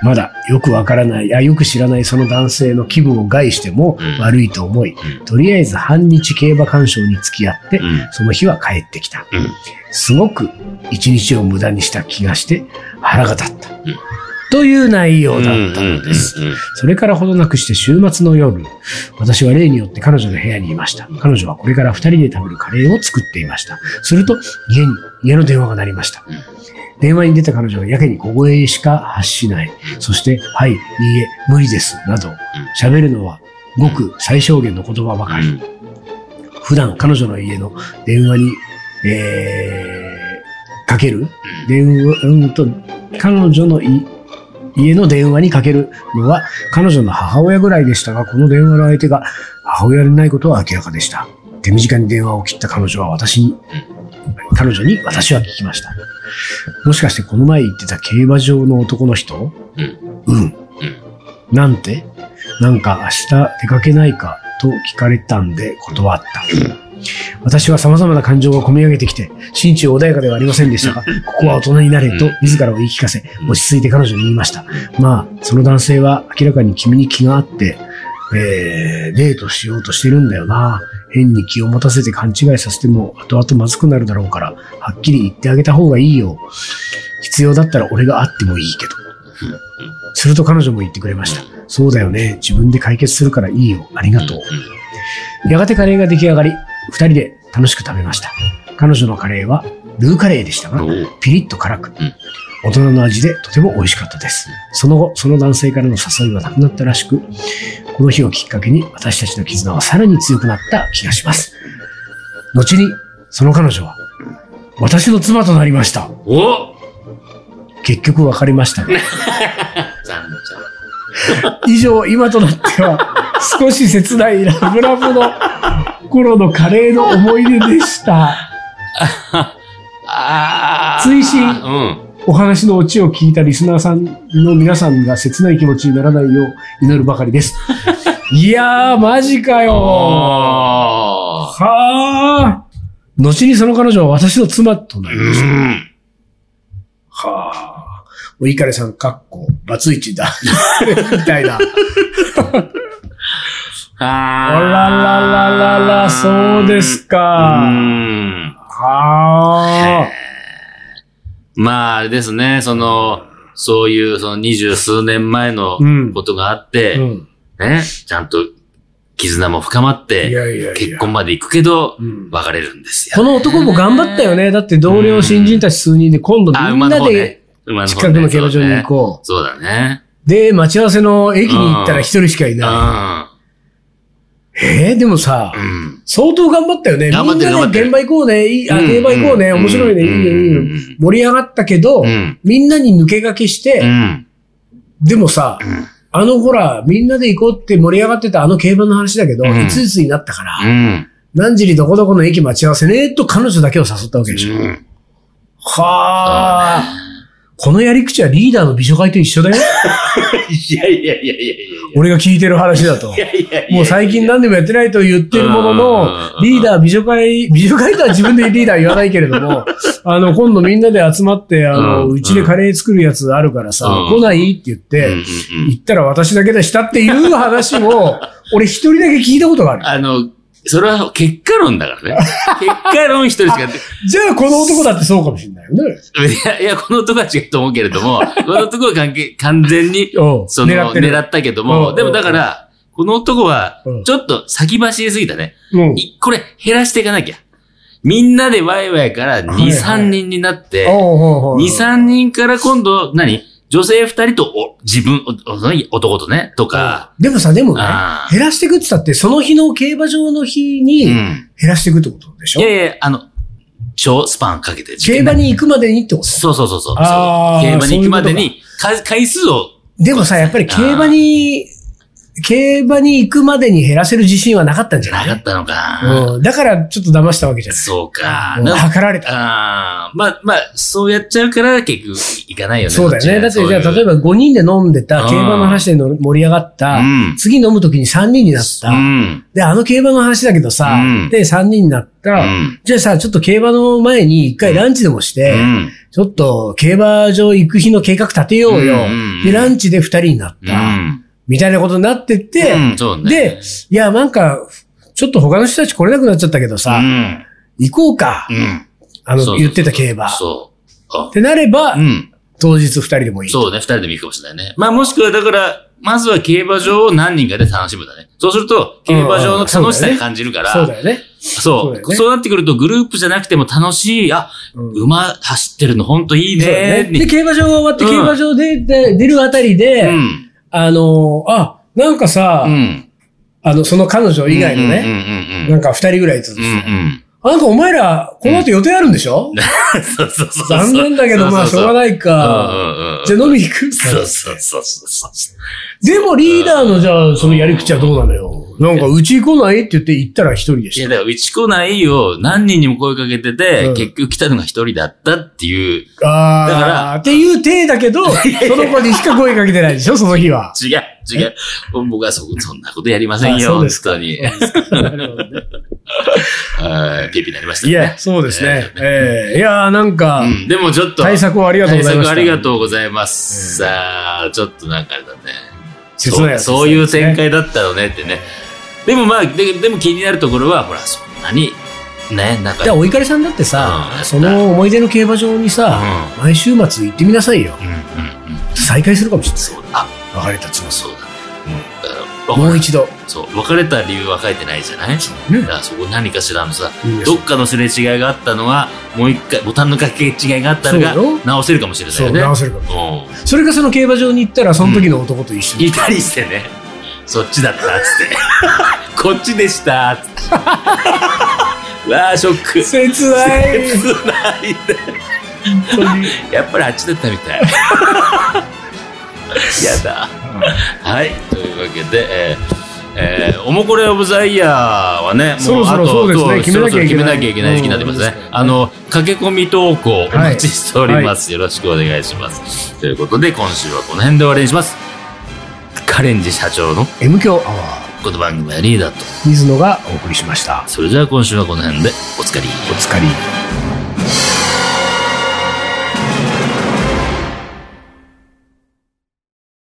Speaker 1: まだよくわからない、あよく知らないその男性の気分を害しても
Speaker 2: うん
Speaker 1: 悪いと思い、
Speaker 2: う
Speaker 1: とりあえず半日競馬鑑賞に付き合って、
Speaker 2: うんうん
Speaker 1: その日は帰ってきた。
Speaker 2: うん
Speaker 1: すごく一日を無駄にした気がして腹が立った。
Speaker 2: ん
Speaker 1: という内容
Speaker 2: うん
Speaker 1: だったのです。
Speaker 2: うんうんうん
Speaker 1: それからほどなくして週末の夜、私は例によって彼女の部屋にいました。彼女はこれから二人で食べるカレーを作っていました。すると、家に、家の電話が鳴りました。電話に出た彼女はやけに小声しか発しない。そして、はい、いいえ、無理です、など、喋るのはごく最小限の言葉ばかり。普段彼女の家の電話に、えー、かける電話、うんと、彼女のい家の電話にかけるのは彼女の母親ぐらいでしたが、この電話の相手が母親でないことは明らかでした。手短に電話を切った彼女は私に、彼女に私は聞きました。もしかしてこの前言ってた競馬場の男の人
Speaker 2: うん
Speaker 1: うん。
Speaker 2: うん
Speaker 1: なんてなんか明日出かけないかと聞かれたんで断った。私は様々な感情が込み上げてきて、心中穏やかではありませんでしたが、ここは大人になれと自らを言い聞かせ、落ち着いて彼女に言いました。まあ、その男性は明らかに君に気があって、えー、デートしようとしてるんだよな。変に気を持たせて勘違いさせても後々まずくなるだろうから、はっきり言ってあげた方がいいよ。必要だったら俺が会ってもいいけど。すると彼女も言ってくれました。そうだよね。自分で解決するからいいよ。ありがとう。やがてカレーが出来上がり、二人で楽しく食べました。彼女のカレーはルーカレーでした
Speaker 2: うん
Speaker 1: が、
Speaker 2: うん
Speaker 1: ピリッと辛く
Speaker 2: ん、
Speaker 1: 大人の味でとても美味しかったです。その後、その男性からの誘いはなくなったらしく、この日をきっかけに私たちの絆はさらに強くなった気がします。後に、その彼女は、私の妻となりました。
Speaker 2: お
Speaker 1: 結局別れました が。
Speaker 2: 残念じゃん
Speaker 1: 以上、今となっては、少し切ないラブラブの頃のカレーの思い出でした。
Speaker 2: あー
Speaker 1: 追伸
Speaker 2: うん。
Speaker 1: お話のオチを聞いたリスナーさんの皆さんが切ない気持ちにならないよう祈るばかりです。いやー、マジかよ
Speaker 2: あ
Speaker 1: はあ後にその彼女は私の妻となりました。
Speaker 2: ん。
Speaker 1: はあ。もう、イカレさん、かっこ、バツイチだ。みたいな。
Speaker 2: あ
Speaker 1: あららららら、そうです
Speaker 2: か。う
Speaker 1: か。
Speaker 2: ん。
Speaker 1: はあ。
Speaker 2: まあ、あれですね、その、そういう、その二十数年前の
Speaker 1: うん
Speaker 2: ことがあって、
Speaker 1: うん。
Speaker 2: ね、ちゃんと絆も深まっ
Speaker 1: い
Speaker 2: て、
Speaker 1: やいやい
Speaker 2: 結
Speaker 1: や。
Speaker 2: 婚まで行くけど、
Speaker 1: うん
Speaker 2: 別れるんです
Speaker 1: こ
Speaker 2: よ。
Speaker 1: の男も頑張ったよね。だって同僚新人たち数人で今度
Speaker 2: あ、
Speaker 1: みん
Speaker 2: 馬の
Speaker 1: な
Speaker 2: 方
Speaker 1: で
Speaker 2: ね。馬の方ね
Speaker 1: 近くの競馬場に行こ
Speaker 2: そうだね。
Speaker 1: う。で、待ち合わせの駅に行ったら一人しかい
Speaker 2: そう
Speaker 1: な
Speaker 2: だ
Speaker 1: い。えー、でもさ、
Speaker 2: ね。うん。うん。
Speaker 1: 相当頑張ったよね。みん
Speaker 2: 頑張
Speaker 1: な
Speaker 2: って
Speaker 1: で
Speaker 2: る頑張ってる
Speaker 1: 現場行こうね。いいあ、
Speaker 2: うん
Speaker 1: 競馬行こうね。
Speaker 2: うん
Speaker 1: 面白いね。いいね。いい
Speaker 2: うん
Speaker 1: ね。盛り上がったけど
Speaker 2: う、ん。
Speaker 1: みんなに抜け駆けし
Speaker 2: う
Speaker 1: て、
Speaker 2: ん。
Speaker 1: でもさ、
Speaker 2: うん
Speaker 1: あのほら、みんなで行こうって盛り上がってたあの競馬の話だけど、
Speaker 2: うん
Speaker 1: いついつになったから、
Speaker 2: うん。
Speaker 1: 何時にどこどこの駅待ち合わせね、と彼女だけを誘ったわけでしょ。
Speaker 2: うん
Speaker 1: はあ、このやり口はリーダーの美女会と一 緒だよ。
Speaker 2: いやいやいやいやい
Speaker 1: 俺が聞いてる話だと。
Speaker 2: やいやいやいやいや。
Speaker 1: もう最近何でもやってないと言ってるもの
Speaker 2: うん
Speaker 1: の、リーダー美女会、美女会とは自分でリーダー言わないけれども、あの、今度みんなで集まって、あの、
Speaker 2: うん
Speaker 1: うちでカレー作るやつあるからさ、
Speaker 2: うん
Speaker 1: 来ないって言っ
Speaker 2: うんうん
Speaker 1: て、
Speaker 2: うん
Speaker 1: 行ったら私だけでしたっていう話を、俺一人だけ聞いたことがある。
Speaker 2: あの、それは結果論だから ね。結果論一人しかやって。
Speaker 1: じゃあこの男だってそうかもしれないよね。
Speaker 2: いや、いや、この男は違うと思うけれども、この男は関係、完全に、
Speaker 1: おう
Speaker 2: その、
Speaker 1: 狙
Speaker 2: 狙
Speaker 1: ってる
Speaker 2: ったけど
Speaker 1: う
Speaker 2: も、
Speaker 1: ん
Speaker 2: でもだから、この男は
Speaker 1: うん、
Speaker 2: ちょっと先走りすぎたね。
Speaker 1: うん。
Speaker 2: いこれ、減らしていかなきゃ。みんなでワイワイから2、
Speaker 1: はいはい
Speaker 2: 3人になって、
Speaker 1: おうおうおう
Speaker 2: 2、3人から今度、何女性2人とお、自分、おお男とね、とか、
Speaker 1: でもさ、でもね
Speaker 2: あ、ー
Speaker 1: 減らしていくって言ったって、その日の競馬場の日
Speaker 2: う
Speaker 1: に減
Speaker 2: ん。
Speaker 1: らしていくってことでしょ
Speaker 2: いやいや、あの、超スパンかけて。
Speaker 1: 競馬に行くまでにってこと
Speaker 2: そうそうそうそう。
Speaker 1: あー
Speaker 2: 競馬に行くまでに、か回数を、
Speaker 1: でもさ、やっぱり競馬に、競馬に行くまでに減らせる自信はなかったんじゃ
Speaker 2: な
Speaker 1: な
Speaker 2: か
Speaker 1: い
Speaker 2: ったのか。
Speaker 1: うん。だから、ちょっと騙したわけじゃ
Speaker 2: そうか。
Speaker 1: ない。
Speaker 2: な
Speaker 1: 測られた。
Speaker 2: あーまあ、まあ、そうやっちゃうから結局いかないよね。
Speaker 1: そうだよね。だ
Speaker 2: こ
Speaker 1: っ
Speaker 2: ち
Speaker 1: て、
Speaker 2: が
Speaker 1: じゃあ、
Speaker 2: そうい
Speaker 1: 例え
Speaker 2: う
Speaker 1: ば5人で飲んでた、
Speaker 2: うん
Speaker 1: 競馬の話での盛り上がった
Speaker 2: うん、
Speaker 1: 次飲むときに3人になった
Speaker 2: う。ん。
Speaker 1: で、あの競馬の話だけどさ
Speaker 2: うん、
Speaker 1: で、3人になった
Speaker 2: うん。
Speaker 1: じゃあさ、ちょっと競馬の前に一回ランチでもし
Speaker 2: う
Speaker 1: て、
Speaker 2: ん。
Speaker 1: ちょっと競馬場行く日の計画立てようよ
Speaker 2: うんうんうん。
Speaker 1: で、ランチで2人になっ
Speaker 2: う
Speaker 1: た。
Speaker 2: ん。
Speaker 1: みたいなことになってって、
Speaker 2: うんそうね。
Speaker 1: で、いや、なんか、ちょっと他の人たち来れなくなっちゃったけど
Speaker 2: う
Speaker 1: さ、
Speaker 2: ん。
Speaker 1: 行こうか
Speaker 2: う。ん。
Speaker 1: あ
Speaker 2: そう
Speaker 1: の、
Speaker 2: そう
Speaker 1: 言ってた競馬。っ
Speaker 2: そう。あ
Speaker 1: てなれば
Speaker 2: う、ん。
Speaker 1: 当日二人でもいい。
Speaker 2: そうね、二人でもいいかもしれないね。まあもしくは、だから、まずは競馬場を何人かで楽しむんだね。そうすると、競馬場の楽しさに感じるから、
Speaker 1: そうだよね。
Speaker 2: そ
Speaker 1: そうだ
Speaker 2: う
Speaker 1: よね
Speaker 2: そうなってくると、グループじゃなくても楽しい、あ、
Speaker 1: うん
Speaker 2: 馬走ってるの本当いい
Speaker 1: そうだ
Speaker 2: ね
Speaker 1: よねで、
Speaker 2: に
Speaker 1: 競馬場が終わって、
Speaker 2: うん
Speaker 1: 競馬場でで出るあたり
Speaker 2: う
Speaker 1: で、
Speaker 2: ん。
Speaker 1: あの、あ、なんかさ
Speaker 2: う、ん。
Speaker 1: あの、その彼女以外の
Speaker 2: う
Speaker 1: ね、
Speaker 2: んうんうん。う
Speaker 1: なんんか二人ぐらいずつ
Speaker 2: う。ん
Speaker 1: あなんかお前ら、この後予定あるんでしょ
Speaker 2: うん。 そうそうそう。
Speaker 1: 残念だけど、まあ、しょうが
Speaker 2: い
Speaker 1: ないか。
Speaker 2: か
Speaker 1: じゃあ飲み行く
Speaker 2: そうそうそうそう。
Speaker 1: でもリーダーのじゃあ、そのやり口はどうなのよ。なんか、うち来ないって言って行ったら一人で
Speaker 2: い
Speaker 1: し
Speaker 2: や、だから、うち来ないよ、何人にも声かけてて、
Speaker 1: うん
Speaker 2: 結局来たのが一人だったっていう。
Speaker 1: た。あ
Speaker 2: だ
Speaker 1: だか
Speaker 2: か
Speaker 1: らら、っていう体だ けど、その子にしか声かけてないでしょ、その日は。
Speaker 2: 違う、違う。僕はそ、そんなことやりません
Speaker 1: あ
Speaker 2: よ、
Speaker 1: そう
Speaker 2: 本
Speaker 1: です
Speaker 2: 当に。はいピピになりました
Speaker 1: い
Speaker 2: ね。
Speaker 1: や、そうですね。ええいやー、なんか
Speaker 2: う、ん、でもちょっと。
Speaker 1: 対策をありがとうございました。
Speaker 2: 対策ありがとうございます。さあ、ちょっとなんかあれだね。
Speaker 1: 切ないやつですね
Speaker 2: そうそういう展開だったのねってね。でもまあ、ででも気になるところは、ほら、そんなに、ね、なんか。
Speaker 1: じゃあ、おいかりさんだってさ
Speaker 2: う、ん
Speaker 1: その思い出の競馬場にさ、毎週末行ってみなさいよ。
Speaker 2: うん、うん、うん、うん。
Speaker 1: 再会するかもしれ
Speaker 2: そうだ。あ、
Speaker 1: ない。別れたつも
Speaker 2: そうだね。うん。だから
Speaker 1: もう一度。
Speaker 2: そう、別れた理由は書いてないじゃないだからそこ何かしらのさ、どっかのすれ違いがあったのは、もう一回、ボタンの掛け違いがあったのが
Speaker 1: そうよ、
Speaker 2: 直せるかもしれない
Speaker 1: そ
Speaker 2: よ
Speaker 1: う、
Speaker 2: ね。
Speaker 1: 直せるかも。
Speaker 2: うん。
Speaker 1: それかその競馬場に行ったら、その時の男と一緒に。
Speaker 2: いたりしてね。そっちだったっつって。 こっちでした っつって。わあ、ショック。
Speaker 1: 切ない。
Speaker 2: 切ない
Speaker 1: 本 当に。
Speaker 2: やっぱりあっちだったみたい。 やだ。はい。というわけで、えーえーおもこれオブザイヤーはね、
Speaker 1: そろそろそうですね
Speaker 2: あと
Speaker 1: 決めなきゃいけない
Speaker 2: そろそろ決めなきゃいけない時期になってますね。
Speaker 1: うん
Speaker 2: あの、駆け込み投稿お待ちしております、よろしくお願いします。ということで、今週はこの辺で終わりにします。カレンジ社長の
Speaker 1: M 強アワー。
Speaker 2: この番組はリーダーと。
Speaker 1: 水野がお送りしました。
Speaker 2: それでは今週はこの辺でおつかり。
Speaker 1: お疲れ。